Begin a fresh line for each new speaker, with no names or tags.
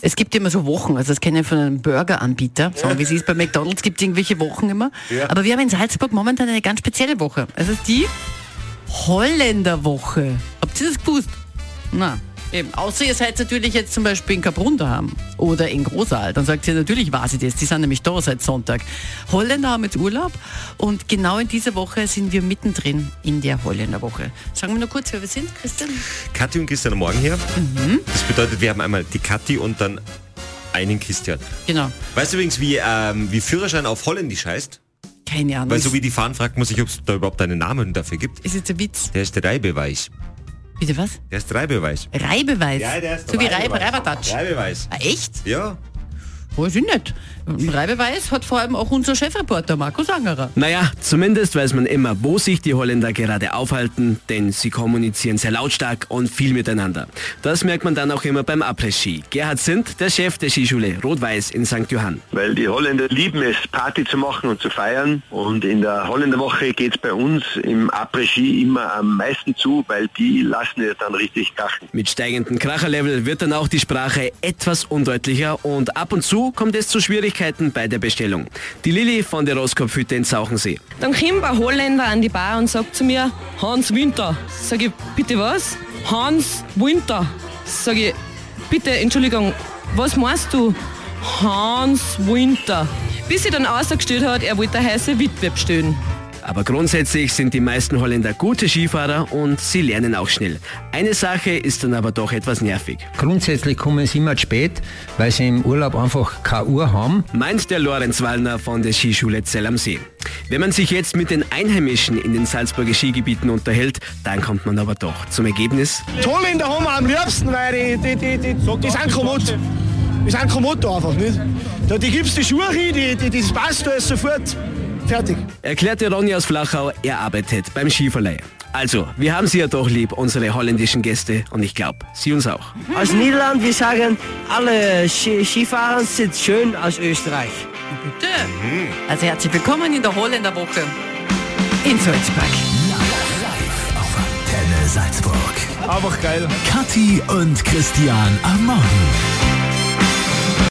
Es gibt immer so Wochen, also das kenne ich von einem Burger-Anbieter, so wie es ist bei McDonalds, gibt es irgendwelche Wochen immer.
Ja.
Aber wir haben in Salzburg momentan eine ganz spezielle Woche. Also die Holländerwoche. Habt ihr das gewusst? Na, eben. Außer ihr seid natürlich jetzt zum Beispiel in Kaprun daheim oder in Großaal. Dann sagt ihr natürlich, weiß ich das. Die sind nämlich da seit Sonntag. Holländer haben jetzt Urlaub und genau in dieser Woche sind wir mittendrin in der Holländerwoche. Sagen wir nur kurz, wer wir sind, Christian.
Kathi und Christian am Morgen hier.
Mhm.
Das bedeutet, wir haben einmal die Kathi und dann einen Christian.
Genau.
Weißt du übrigens, wie, ähm, wie Führerschein auf Holländisch heißt?
Keine Ahnung.
Weil so wie die fahren, fragt man sich, ob es da überhaupt einen Namen dafür gibt.
ist jetzt ein Witz.
Der ist Reibeweis.
Bitte was?
Der ist Reibeweis.
Reibeweis. so wie Reib Reibertatsch.
Reibeweis.
Ah, echt?
Ja.
Weiß ich nicht. Reibeweis hat vor allem auch unser Chefreporter Markus Angerer.
Naja, zumindest weiß man immer, wo sich die Holländer gerade aufhalten, denn sie kommunizieren sehr lautstark und viel miteinander. Das merkt man dann auch immer beim Après-Ski. Gerhard Sind, der Chef der Skischule Rot-Weiß in St. Johann.
weil die Holländer lieben es, Party zu machen und zu feiern. Und in der Holländerwoche geht es bei uns im Après-Ski immer am meisten zu, weil die lassen es dann richtig krachen.
Mit steigendem Kracherlevel wird dann auch die Sprache etwas undeutlicher und ab und zu kommt es zu Schwierigkeiten bei der Bestellung. Die Lilly von der Roskopfhütte in Sauchensee.
Dann kommt ein Holländer an die Bar und sagt zu mir, Hans Winter. Sag ich, bitte was? Hans Winter. Sag ich, bitte, Entschuldigung, was meinst du? Hans Winter. Bis sie dann ausgestellt hat, er wollte eine heiße Witwe bestellen.
Aber grundsätzlich sind die meisten Holländer gute Skifahrer und sie lernen auch schnell. Eine Sache ist dann aber doch etwas nervig.
Grundsätzlich kommen sie immer zu spät, weil sie im Urlaub einfach keine Uhr haben.
meint der Lorenz Wallner von der Skischule Zell am See. Wenn man sich jetzt mit den Einheimischen in den Salzburger Skigebieten unterhält, dann kommt man aber doch zum Ergebnis.
Die Holländer haben wir am liebsten, weil die, die, die, die, die sind kommod. Die sind kommod einfach, nicht? Da, die gibst die Schuhe rein, die, die, das passt alles sofort. Fertig.
Erklärte Ronny aus Flachau, er arbeitet beim Skiverleih. Also, wir haben sie ja doch lieb, unsere holländischen Gäste, und ich glaube, sie uns auch.
Aus Niederland, wir sagen, alle Ski- Skifahrer sind schön aus Österreich.
Bitte. Also herzlich willkommen in der Holländerwoche in Salzburg.
Antenne Salzburg.
Einfach geil.
Kathi und Christian am Morgen.